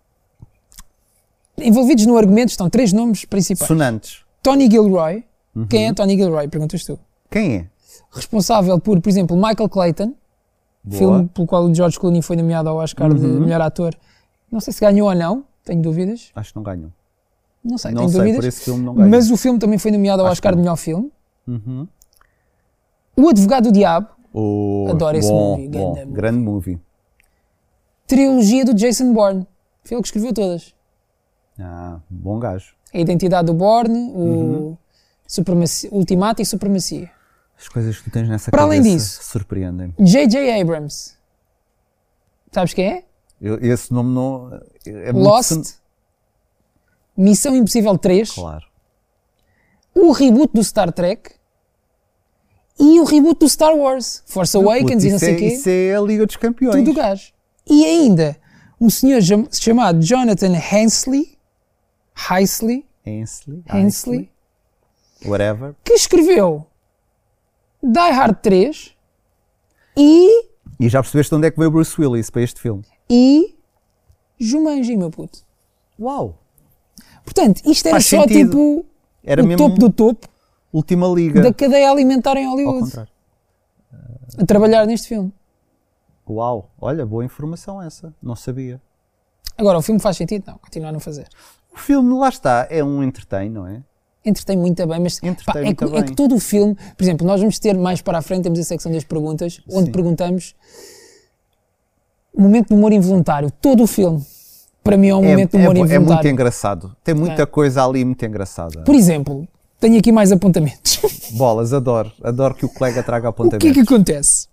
Envolvidos no argumento estão três nomes principais.
Sonantes.
Tony Gilroy.
Uhum.
Quem é Tony Gilroy? Perguntas tu.
Quem é?
Responsável por, por exemplo, Michael Clayton,
Boa. Uhum.
filme pelo qual o George Clooney foi nomeado ao Oscar de melhor ator. Não sei se ganhou ou não, tenho dúvidas.
Acho que não ganham.
Não sei,
Não
tenho
sei,
dúvidas.
por esse filme não ganhou.
Mas o filme também foi nomeado ao
Acho
Oscar
que
de
não. Uhum.
melhor filme. O Advogado do Diabo,
Oh,
Adoro esse
bom,
movie,
bom,
grande
grande movie.
trilogia do Jason Bourne. Foi ele que escreveu todas.
Ah, bom gajo.
A Identidade do Bourne, o
Uhum.
Supremacia- Ultimato e Supremacia.
As coisas que tu tens nessa
Para além
cabeça
disso-
surpreendem-me.
J.J. Abrams. Sabes quem é?
Eu- Esse nome não... É muito
Lost.
son-
Missão Impossível 3.
Claro.
O reboot do Star Trek. E o reboot do Star Wars. Force Awakens
Puto,
e não
isso
sei
é-
o quê.
Isso é a Liga dos Campeões.
Tudo gajo. E ainda um senhor jam- chamado Jonathan Hensley. Heisley.
Ah, Hensley.
Hensley.
Whatever.
Que escreveu Die Hard 3. E.
E já percebeste onde é que veio o Bruce Willis para este filme?
E. Jumanji, meu puto.
Uau!
Portanto, isto era
Faz
só
sentido.
tipo.
Era
o
mesmo
topo do topo
Última Liga.
da cadeia alimentar em
Ao
Hollywood.
contrário.
a trabalhar neste filme.
Uau! Olha, boa informação essa. Não sabia.
Agora, o filme faz sentido? Não, continua a não fazer.
O filme, lá está, é um entertain, não é?
Entretém muito bem, mas
Entretém
é,
muito
que, é
bem.
que todo o filme, por exemplo, nós vamos ter mais para a frente, temos a secção das perguntas, onde
Sim.
perguntamos o momento de humor involuntário, todo o filme, para mim é um
é,
momento de humor
é- é muito
involuntário.
engraçado. Tem muita
É.
coisa ali muito engraçada.
por exemplo, tenho aqui mais apontamentos.
Bolas, adoro. Adoro que o colega traga
o que é
apontamentos.
que acontece?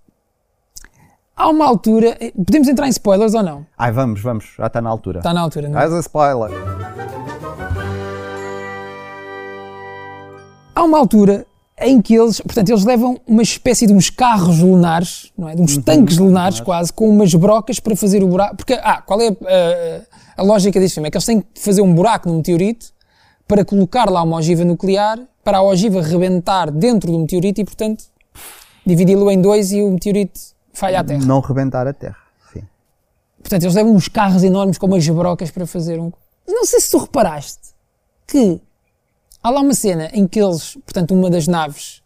Há uma altura, eh, podemos entrar em spoilers ou não?
Ai, vamos, vamos. Já está na altura.
Está na altura, não é?
Mais a spoiler.
há uma altura em que eles, portanto, eles levam uma espécie de uns carros lunares, não é? De uns tanques lunares quase, com umas brocas para fazer o buraco. Porque, ah, qual é a, a- a lógica deste filme? É que eles têm que fazer um buraco no meteorito para colocar lá uma ogiva nuclear, para a ogiva rebentar dentro do meteorito e, portanto, dividi-lo em dois e o meteorito falha à Terra.
Não rebentar a terra. Sim.
Portanto, eles levam uns carros enormes com umas brocas para fazer um. Não sei se tu reparaste que há lá uma cena em que eles, portanto, uma das naves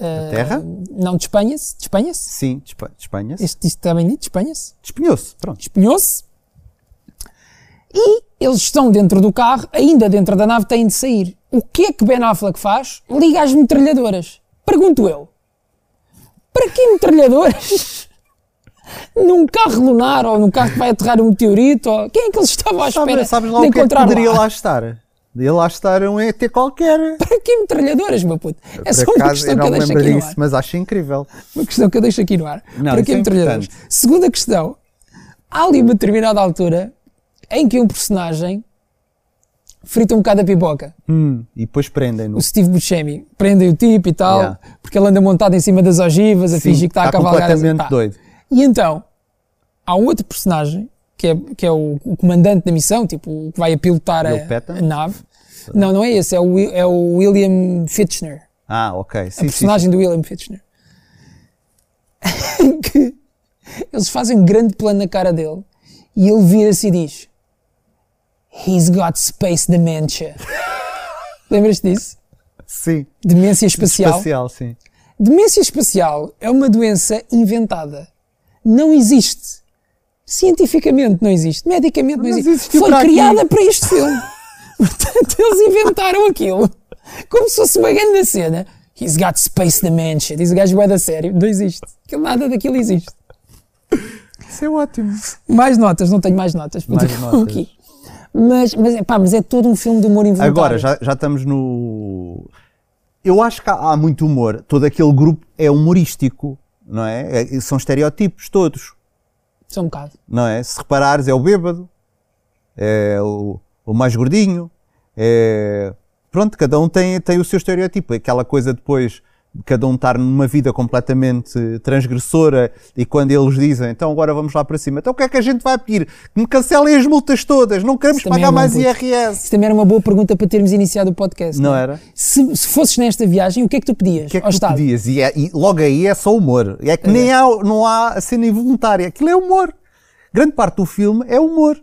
eh,
Terra?
Não, de Espanha-se. De Espanha-se.
Sim, de Espa- de Espanha.
Este isto também dito, de Espanha-se.
Despenhou-se, pronto.
Espinhou-se. E eles estão dentro do carro, ainda dentro da nave, têm de sair. O que é que Ben Affleck faz? Liga às metralhadoras. Pergunto eu. Para que metralhadoras? Num carro lunar ou num carro que vai aterrar um meteorito? Ou... Quem é que eles estavam à
Sabe-
espera
sabes lá
de
o que é que
encontrar
poderia
lá?
lá estar? Ia lá estar um ET qualquer.
Para que metralhadoras, meu puto? É só
Por
uma
acaso,
questão
eu
que
não
eu
me
deixo
lembro
aqui no
disso,
ar.
mas acho incrível.
Uma questão que eu deixo aqui no ar.
Não,
Para
isso
que
é
metralhadoras?
importante.
Segunda questão. Há ali uma determinada altura em que um personagem frita um bocado a pipoca.
Hum, e depois prendem-no.
O Steve Buscemi. Prendem o tipo e tal,
Yeah.
porque ele anda montado em cima das ogivas a
Sim, tá
fingir que está, a tá. cavalgar.
completamente
Pá.
doido.
E então, há um outro personagem, que é, que é o, o comandante da missão, tipo, o que vai a pilotar a,
Bill Patton?
a nave. Não, não é esse, é o, Wi- é o William Fitchner
Ah, ok.
a
Sim, sim.
É personagem do William Fichtner. que eles fazem um grande plano na cara dele e ele vira-se e diz: He's got space dementia. Lembras-te disso?
Sim.
Demência espacial.
Espacial, sim.
Demência espacial é uma doença inventada. Não existe. Cientificamente não existe. Medicamente não
Mas
existe.
existiu
Foi
para aqui.
criada para este filme. Portanto, eles inventaram aquilo. Como se fosse uma grande cena. He's got space dementia. Diz o gajo bué da sério. Não existe. Aquilo- Nada daquilo existe.
Isso é ótimo.
Mais notas. Não tenho mais notas. puto,
Mais notas.
aqui. Mas, mas, pá, mas é todo um filme de humor involuntário.
Agora, já, já estamos no. Eu acho que há, há muito humor. Todo aquele grupo é humorístico, não é? É- São estereótipos todos,
Só um bocado.
não é? Se reparares, é o bêbado, é o, o mais gordinho, é. Pronto, cada um tem, tem o seu estereótipo. É Aquela coisa depois de cada um estar numa vida completamente transgressora e quando eles dizem, então agora vamos lá para cima, então o que é que a gente vai pedir? Que me cancelem as multas todas, não queremos
Isso também
pagar
é bom,
mais
puto.
IRS.
Isso também era uma boa pergunta para termos iniciado o podcast.
Não
é?
era?
Se, se fosses nesta viagem, o que é que tu pedias?
O que é
ao
que tu
Estado?
pedias? E, é- e logo aí é só humor. É que nem há, não há a cena involuntária. Aquilo é humor. Grande parte do filme é humor.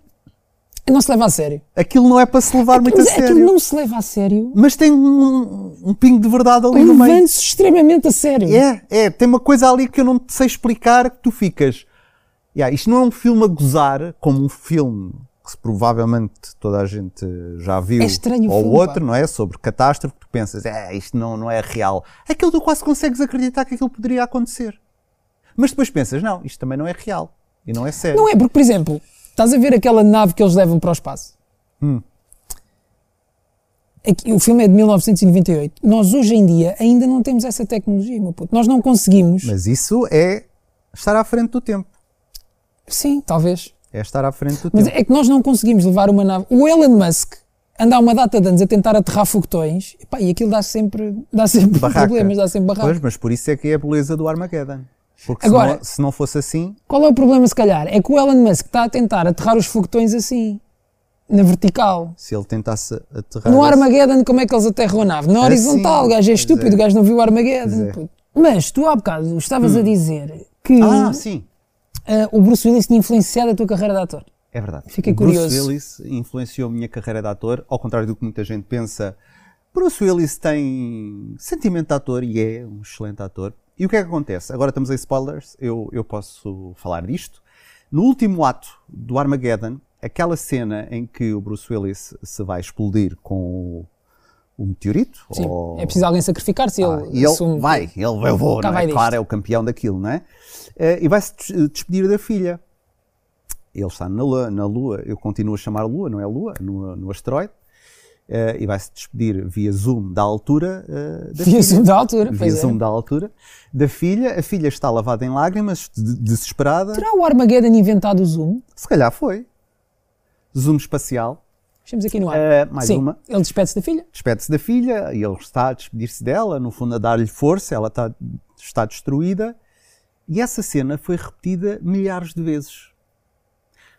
Não se leva a sério.
Aquilo não é para se levar muito a
Mas é,
sério.
aquilo não se leva a sério.
Mas tem um, um pingo de verdade ali no meio.
Levando-se extremamente a sério.
É, é. Tem uma coisa ali que eu não te sei explicar que tu ficas. Yeah, isto não é um filme a gozar, como um filme que se provavelmente toda a gente já viu.
É estranho o
Ou
filme,
outro,
pá.
não é? Sobre catástrofe, que tu pensas, é, isto não, não é real. Aquilo tu quase consegues acreditar que aquilo poderia acontecer. Mas depois pensas, não, isto também não é real. E não é sério.
Não é, porque, por exemplo, estás a ver aquela nave que eles levam para o espaço.
Hum.
Aqui- o filme é de 1998. Nós, hoje em dia, ainda não temos essa tecnologia, meu puto. Nós não conseguimos.
Mas isso é estar à frente do tempo.
Sim, talvez.
É estar à frente do
Mas
tempo.
é que nós não conseguimos levar uma nave. O Elon Musk anda há uma data de anos a tentar aterrar foguetões epá, e aquilo dá sempre, dá sempre
Barraca.
problemas, dá sempre barraca.
Pois, mas por isso é que é a beleza do Armageddon. Porque se,
Agora-
não, se não fosse assim,
Qual é o problema, se calhar? É que o Elon Musk está a tentar aterrar os foguetões assim, na vertical.
se ele tentasse aterrar.
No
assim-
Armageddon, como é que eles aterram a nave? Na
Assim,
horizontal, o gajo é
pois
estúpido,
é.
o gajo não viu o Armageddon.
Pois é. Hum.
puto. Mas tu há bocado estavas a dizer que
Ah, sim.
ah, o Bruce Willis tinha influenciado a tua carreira de ator.
É verdade.
Fiquei
O Bruce
curioso.
Willis influenciou a minha carreira de ator, ao contrário do que muita gente pensa. Bruce Willis tem sentimento de ator e é um excelente ator. E o que é que acontece? Agora estamos em spoilers, eu, eu posso falar disto. No último ato do Armageddon, aquela cena em que o Bruce Willis se vai explodir com o, o meteorito,
Sim,
ou
é preciso alguém sacrificar-se.
Oh. Ah,
Ele,
e ele
assume-
vai, ele eu vou,
um Cá
não
vai
é?
disto.
claro, é o campeão daquilo, não é? Eh, E vai-se des- despedir da filha. Ele está na lua, na lua, eu continuo a chamar Lua, não é Lua, no, no asteroide, Eh, e vai-se despedir via Zoom da altura eh, da
Via
filha.
Zoom da altura.
Via
pois é.
Zoom da altura da filha. A filha está lavada em lágrimas, de- desesperada.
Terá o Armageddon inventado o Zoom?
Se calhar foi. Zoom espacial.
Estamos aqui no ar.
Eh, mais
Sim,
uma.
Ele despede-se da filha.
despede-se da filha e ele está a despedir-se dela, no fundo a dar-lhe força, ela está, está destruída. E essa cena foi repetida milhares de vezes.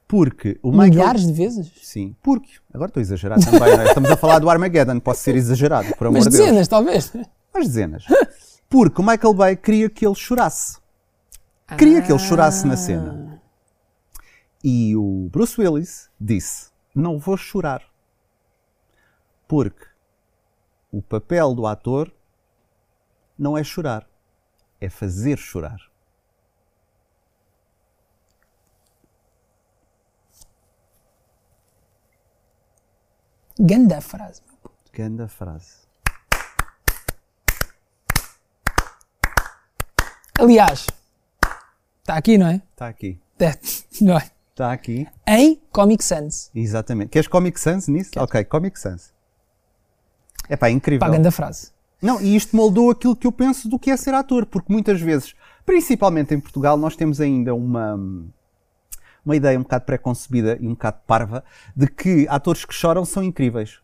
Porque o Michael...
Milhares de vezes.
Sim, porque... Agora estou a exagerar também, não é? estamos a falar do Armageddon, posso ser exagerado, por amor
Mas
de Deus.
dezenas, talvez.
Mas dezenas. Porque o Michael Bay queria que ele chorasse. Queria que ele chorasse na cena. E o Bruce Willis disse: Não vou chorar. Porque o papel do ator não é chorar, é fazer chorar.
Ganda frase. meu.
Grande frase.
Aliás, está aqui, não é?
Está Tá aqui.
É, Não é?
Está aqui.
Em Comic Sans.
Exatamente. Queres Comic Sans nisso? Ok, Comic Sans. É pá, incrível.
Pá, ganda frase.
Não, e isto moldou aquilo que eu penso do que é ser ator, porque muitas vezes, principalmente em Portugal, nós temos ainda uma, uma ideia um bocado pré-concebida e um bocado parva de que atores que choram são incríveis.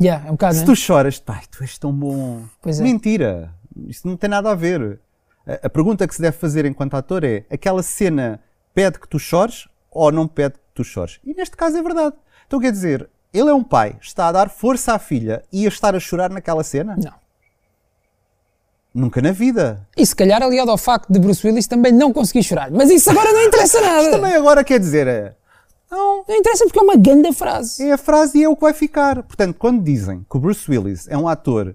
Yeah, é um bocado,
Se
né?
tu choras, pai, tu és tão bom.
Pois é.
Mentira. Isso não tem nada a ver. A, a pergunta que se deve fazer enquanto ator é: aquela cena pede que tu chores ou não pede que tu chores? E neste caso é verdade. Então quer dizer, ele é um pai, está a dar força à filha e a estar a chorar naquela cena?
é? Não.
Nunca na vida.
E se calhar aliado ao facto de Bruce Willis também não conseguir chorar. Mas isso agora não interessa nada.
Também agora quer dizer, é, não,
Não interessa porque é uma ganda frase.
é a frase e é o que vai ficar. Portanto, quando dizem que o Bruce Willis é um ator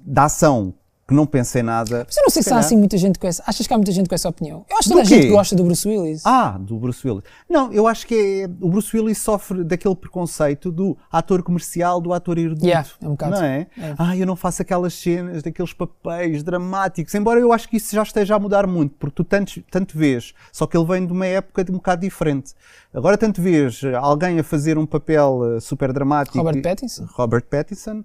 da ação que não pensa em nada.
Mas eu não sei se há
calhar-
assim muita gente com essa. Achas que há muita gente com essa opinião? Eu acho que
Do
toda a gente
quê?
que gosta do Bruce Willis.
Ah, do Bruce Willis. Não, eu acho que é, o Bruce Willis sofre daquele preconceito do ator comercial, do ator erudito.
Yeah, é um bocado.
Não é?
É.
Ah, eu não faço aquelas cenas, daqueles papéis dramáticos. Embora eu acho que isso já esteja a mudar muito, porque tu tanto, tanto vês. Só que ele vem de uma época de um bocado diferente. Agora tanto vês alguém a fazer um papel eh, super dramático.
Robert
e-
Pattinson?
Robert Pattinson.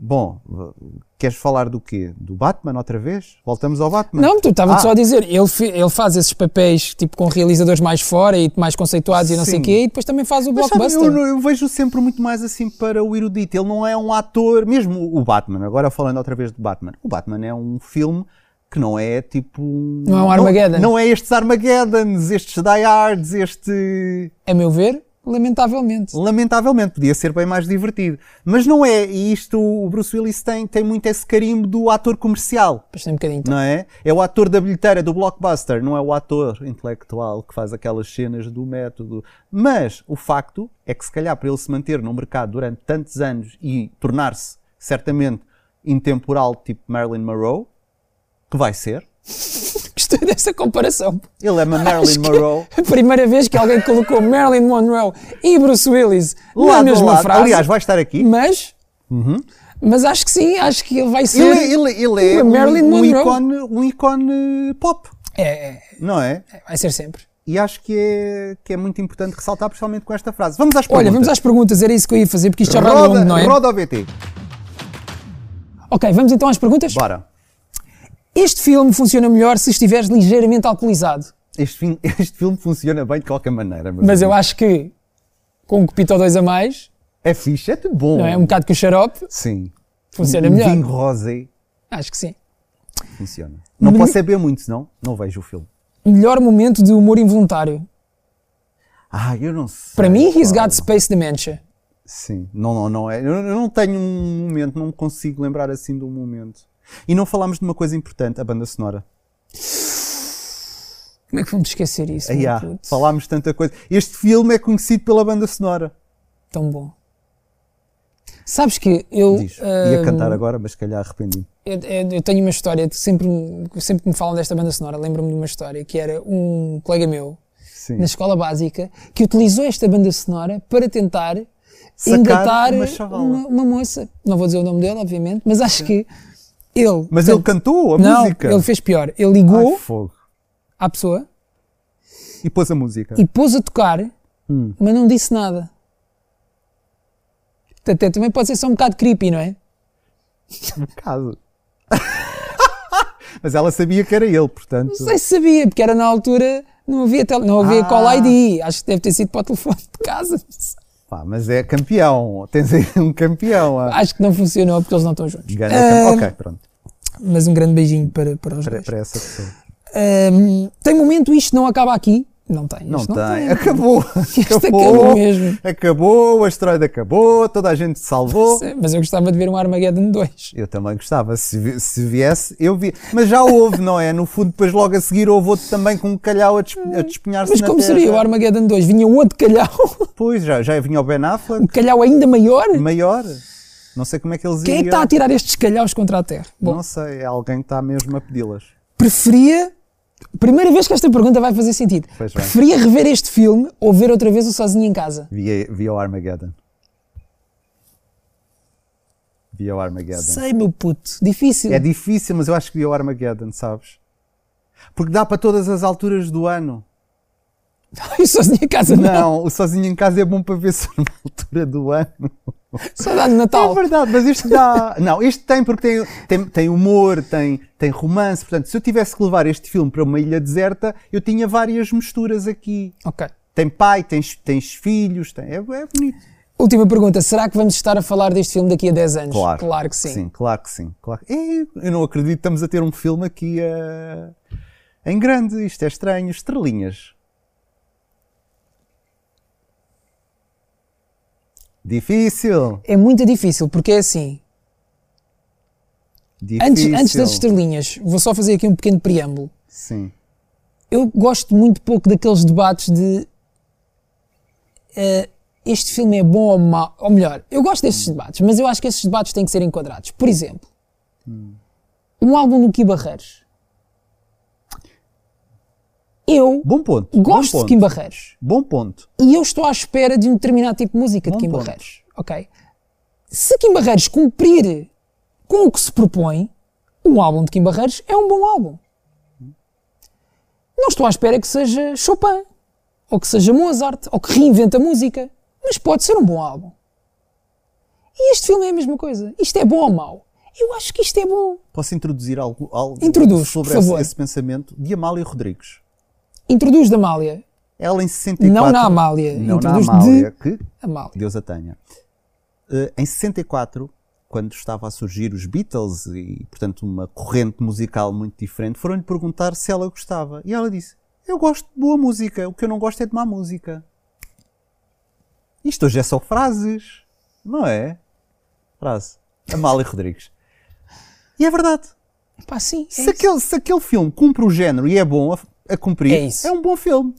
Bom, v- queres falar do quê? Do Batman outra vez? Voltamos ao Batman.
Não, tu estava
Ah.
só a dizer, ele, fi- ele faz esses papéis tipo com realizadores mais fora e mais conceituados e não sei
Sim.
o quê, e depois também faz o
Mas sabe,
blockbuster.
eu, eu vejo sempre muito mais assim para o erudito. Ele não é um ator, mesmo o Batman, agora falando outra vez de Batman. O Batman é um filme que não é tipo. um-
Não é um Armageddon.
Não, não é estes Armageddons, estes Die Hards, este.
A meu ver, lamentavelmente.
Lamentavelmente, podia ser bem mais divertido. Mas não é, e isto o Bruce Willis tem, tem muito esse carimbo do ator comercial.
Depois tem um bocadinho.
Não é? É o ator da bilheteira do blockbuster, não é o ator intelectual que faz aquelas cenas do método. Mas o facto é que, se calhar, para ele se manter no mercado durante tantos anos e tornar-se, certamente, intemporal, tipo Marilyn Monroe, que vai ser,
Gostei dessa comparação.
ele é uma Marilyn
Acho que
Monroe.
A primeira vez que alguém colocou Marilyn Monroe e Bruce Willis
Lado
na
a
é mesma
lado.
frase.
Aliás, vai estar aqui.
mas, mas acho que sim, acho que ele vai ser.
Ele, é- ele- ele é
Uma Marilyn
um, um,
Monroe.
ícone, um ícone pop,
É, é,
não é?
é, vai ser sempre.
E acho que é, que é muito importante ressaltar, principalmente com esta frase. Vamos às perguntas.
Olha, vamos às perguntas, era isso que eu ia fazer, porque isto já vai
Tá Roda,
longo, não é?
roda o BT.
Ok, vamos então às perguntas.
Bora.
Este filme funciona melhor se estiveres ligeiramente alcoolizado.
Este, fim- este filme funciona bem de qualquer maneira. meus
Mas eu
amigos.
acho que com um copito ou dois a mais,
É fixe, é tudo bom.
não é? Um bocado com o xarope,
Sim.
funciona
um
melhor.
vinho rosé
Acho que sim.
funciona. Não posso saber muito, senão não vejo o filme.
Melhor momento de humor involuntário.
Ah, eu não sei.
Para mim, He's
pá.
Got Space Dementia.
Sim, não, não, não é. Eu eu não tenho um momento, não me consigo lembrar assim de um momento. E não falámos de uma coisa importante, a banda sonora.
Como é que vamos esquecer isso?
Ah,
meu
yeah,
puto?
falámos tanta coisa. Este filme é conhecido pela banda sonora.
Tão bom. Sabes que eu,
Diz.
ah,
Ia cantar agora, mas se calhar arrependi.
eu, eu- eu tenho uma história, de sempre, sempre que me falam desta banda sonora, lembro-me de uma história que era um colega meu,
Sim.
na escola básica que utilizou esta banda sonora para tentar
Sacar
engatar
uma chavala.
uma, uma moça. Não vou dizer o nome dele, obviamente, mas acho que ele.
Mas ele cantou a
não,
música.
ele fez pior. Ele
Ai,
ligou
fogo.
à pessoa
E pôs a música.
e pôs a tocar,
Hum.
mas não disse nada. Portanto, Até também pode ser só um bocado creepy, não é?
Um bocado. Mas ela sabia que era ele, portanto.
Não sei se sabia, porque era na altura, não havia, tel- não havia
Ah.
call ID. Acho que deve ter sido para o telefone de casa.
Pá, mas é campeão. Tens aí um campeão. ah.
Acho que não funcionou porque eles não estão juntos.
Gana
Ah,
campeão. Ok, pronto.
Mas um grande beijinho para, para os
Para,
dois.
para essa pessoa.
Hum, tem momento, isto não acaba aqui. Não tem.
Não
isto
tem. Acabou.
Isto acabou mesmo.
Acabou, o asteroide acabou, toda a gente se salvou.
Mas eu gostava de ver um Armageddon 2.
Eu também gostava, se, vi- se viesse, eu vi. Mas já houve, não é? No fundo, depois logo a seguir houve outro também com um calhau a, desp a despenhar-se
Mas
na
como
terra.
seria o Armageddon 2? Vinha outro calhau,
Pois, já, já vinha o Ben Affleck,
um calhau ainda maior?
maior. Não sei como é que eles
Quem é que
iriam.
está a tirar estes calhaus contra a Terra? Bom,
Não sei, é alguém que está mesmo a pedi-las.
preferia. Primeira vez que esta pergunta vai fazer sentido.
Pois bem.
preferia rever este filme ou ver outra vez o Sozinho em Casa?
Via, via o Armageddon. Via o Armageddon.
Sei, meu puto. Difícil.
É difícil, mas eu acho que via o Armageddon, sabes? Porque dá para todas as alturas do ano.
o Sozinho em Casa não.
Não, o sozinho em casa é bom para ver só numa altura do ano.
Só dá de Natal.
É verdade, mas este dá. Não, este tem porque tem, tem, tem humor, tem, tem romance. Portanto, se eu tivesse que levar este filme para uma ilha deserta, eu tinha várias misturas aqui.
Ok.
Tem pai, tens, tens filhos, tem, é, é bonito.
Última pergunta. Será que vamos estar a falar deste filme daqui a 10 anos? que sim.
claro que sim. Claro. que- É, eu não acredito que estamos a ter um filme aqui eh, em grande. Isto é estranho. Estrelinhas. Difícil.
É muito difícil, porque é assim. Antes,
Difícil.
antes das estrelinhas, vou só fazer aqui um pequeno preâmbulo.
Sim.
Eu gosto muito pouco daqueles debates de eh, este filme é bom ou mau. Ou melhor, eu gosto destes
Hum.
debates, mas eu acho que esses debates têm que ser enquadrados. Por exemplo,
Hum.
um álbum do Kim Barreiros. Eu
Bom ponto.
gosto
bom
de Kim
ponto.
Barreiros.
Bom ponto.
e eu estou à espera de um determinado tipo de música
Bom
de Kim
ponto.
Barreiros, ok? Se Kim Barreiros cumprir com o que se propõe, um álbum de Kim Barreiros é um bom álbum. Não estou à espera que seja Chopin, ou que seja Mozart, ou que reinvente a música, mas pode ser um bom álbum. E este filme é a mesma coisa. Isto é bom ou mau? Eu acho que isto é bom.
Posso introduzir algo, algo
Introduz,
sobre
por
esse,
favor.
esse pensamento de Amália Rodrigues?
Introduz da Amália.
Ela em 64.
Não na Amália,
Não na
introduz de-
Amália. Que
Amália.
Deus a tenha. Eh, em 64, quando estava a surgir os Beatles e, portanto, uma corrente musical muito diferente, foram-lhe perguntar se ela gostava. E ela disse: Eu gosto de boa música, o que eu não gosto é de má música. Isto hoje é só frases, não é? Frase. Amália Rodrigues. E é verdade.
Pá, sim. é
se, aquele, se aquele filme cumpre o género e é bom a, a cumprir,
É isso.
é um bom filme.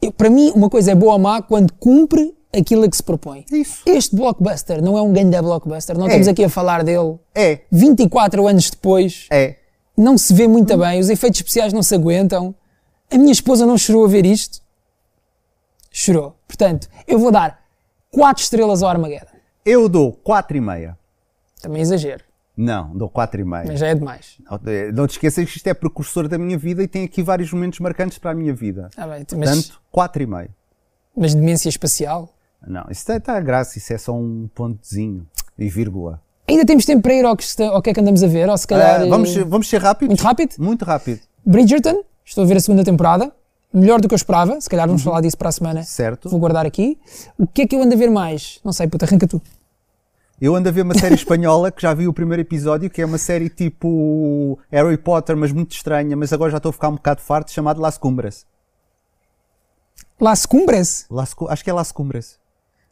Eu- para mim, uma coisa é boa ou má quando cumpre aquilo a que se propõe.
É isso.
Este blockbuster não é um grande blockbuster, não
É.
estamos aqui a falar dele.
É,
24 anos depois,
é.
não se vê muito bem, os efeitos especiais não se aguentam. A minha esposa não chorou a ver isto. Chorou. Portanto, eu vou dar 4 estrelas ao Armageddon.
Eu dou 4,5.
Também é exagero,
Não, dou 4,5.
mas já é demais.
Não te- Não te esqueças que isto é precursor da minha vida e tem aqui vários momentos marcantes para a minha vida.
Ah, bem, mas,
Portanto, 4,5.
mas demência espacial.
Não, isso está a graça, isso é só um pontozinho e vírgula.
Ainda temos tempo para ir ao que, está- ao que é que andamos a ver, ou se calhar.
Ah,
eh,
vamos, vamos ser rápidos?
Muito rápido?
Muito rápido,
Bridgerton, estou a ver a segunda temporada. Melhor do que eu esperava. Se calhar vamos falar disso para a semana.
Uhum. certo?
Vou guardar aqui. O que é que eu ando a ver mais? Não sei, puta, arranca tu.
Eu ando a ver uma série espanhola que já vi o primeiro episódio, que é uma série tipo Harry Potter, mas muito estranha, mas agora já estou a ficar um bocado farto, chamado Las Cumbres.
Las Cumbres?
Las Cu- acho que é Las Cumbres.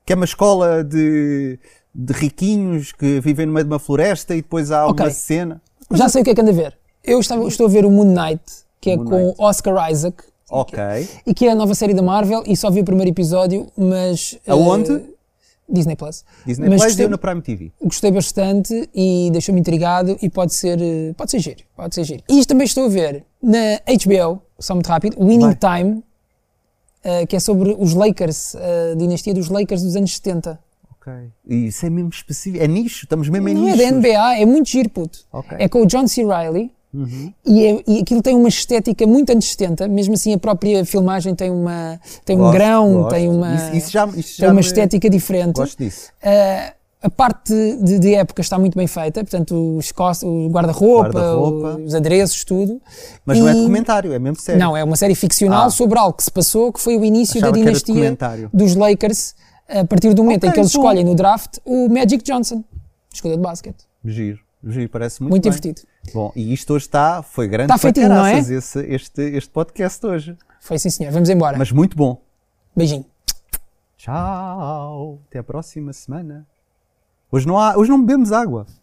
Que é uma escola de, de riquinhos que vivem no meio de uma floresta e depois há
Ok.
uma cena.
Já sei o que é que ando a ver. Eu estava- estou a ver o Moon Knight, que é
Uhum. Moon
com
Knight.
Oscar Isaac,
Ok.
e que é a nova série da Marvel, e só vi o primeiro episódio, mas... eh,
Aonde?
Disney Plus.
Disney
mas
Plus
gostei,
deu na Prime TV.
gostei bastante e deixou-me intrigado e pode ser, eh, pode ser giro, pode ser giro. E isto também estou a ver na HBO, só muito rápido, Winning Time, eh, que é sobre os Lakers, eh, a dinastia dos Lakers dos anos 70.
Ok. E isso é mesmo específico. É nicho, estamos mesmo em
Não é
nicho.
da NBA, é muito giro, puto.
Ok. Uhum.
É com o John C. Reilly e, é- e aquilo tem uma estética muito anos 70, mesmo assim a própria filmagem tem, uma, tem um
Gosto,
grão,
gosto.
tem uma,
Isso- isso já- isso
tem
já
uma
me-
estética diferente.
Gosto disso.
Ah, a parte de, de época está muito bem feita, portanto, os cos- o guarda-roupa,
Guarda-roupa.
os adereços, tudo.
Mas não é
E-
documentário, é mesmo sério.
Não, é uma série ficcional
Ah.
sobre algo que se passou, que foi o início da
Achava que era
dinastia
documentário.
dos Lakers, a partir do momento em
Ok, então-
que eles
bom.
escolhem no draft o Magic Johnson, jogador de basquete.
Giro. Giro, parece muito,
Muito
bem.
divertido.
Bom, e isto hoje está, foi grande
Está
para
feitinho, não é?
caraças esse, este, este podcast hoje.
Foi sim, senhor. Vamos embora.
Mas muito bom.
Beijinho.
Tchau. Até a próxima semana. Hoje não, há, hoje não bebemos água.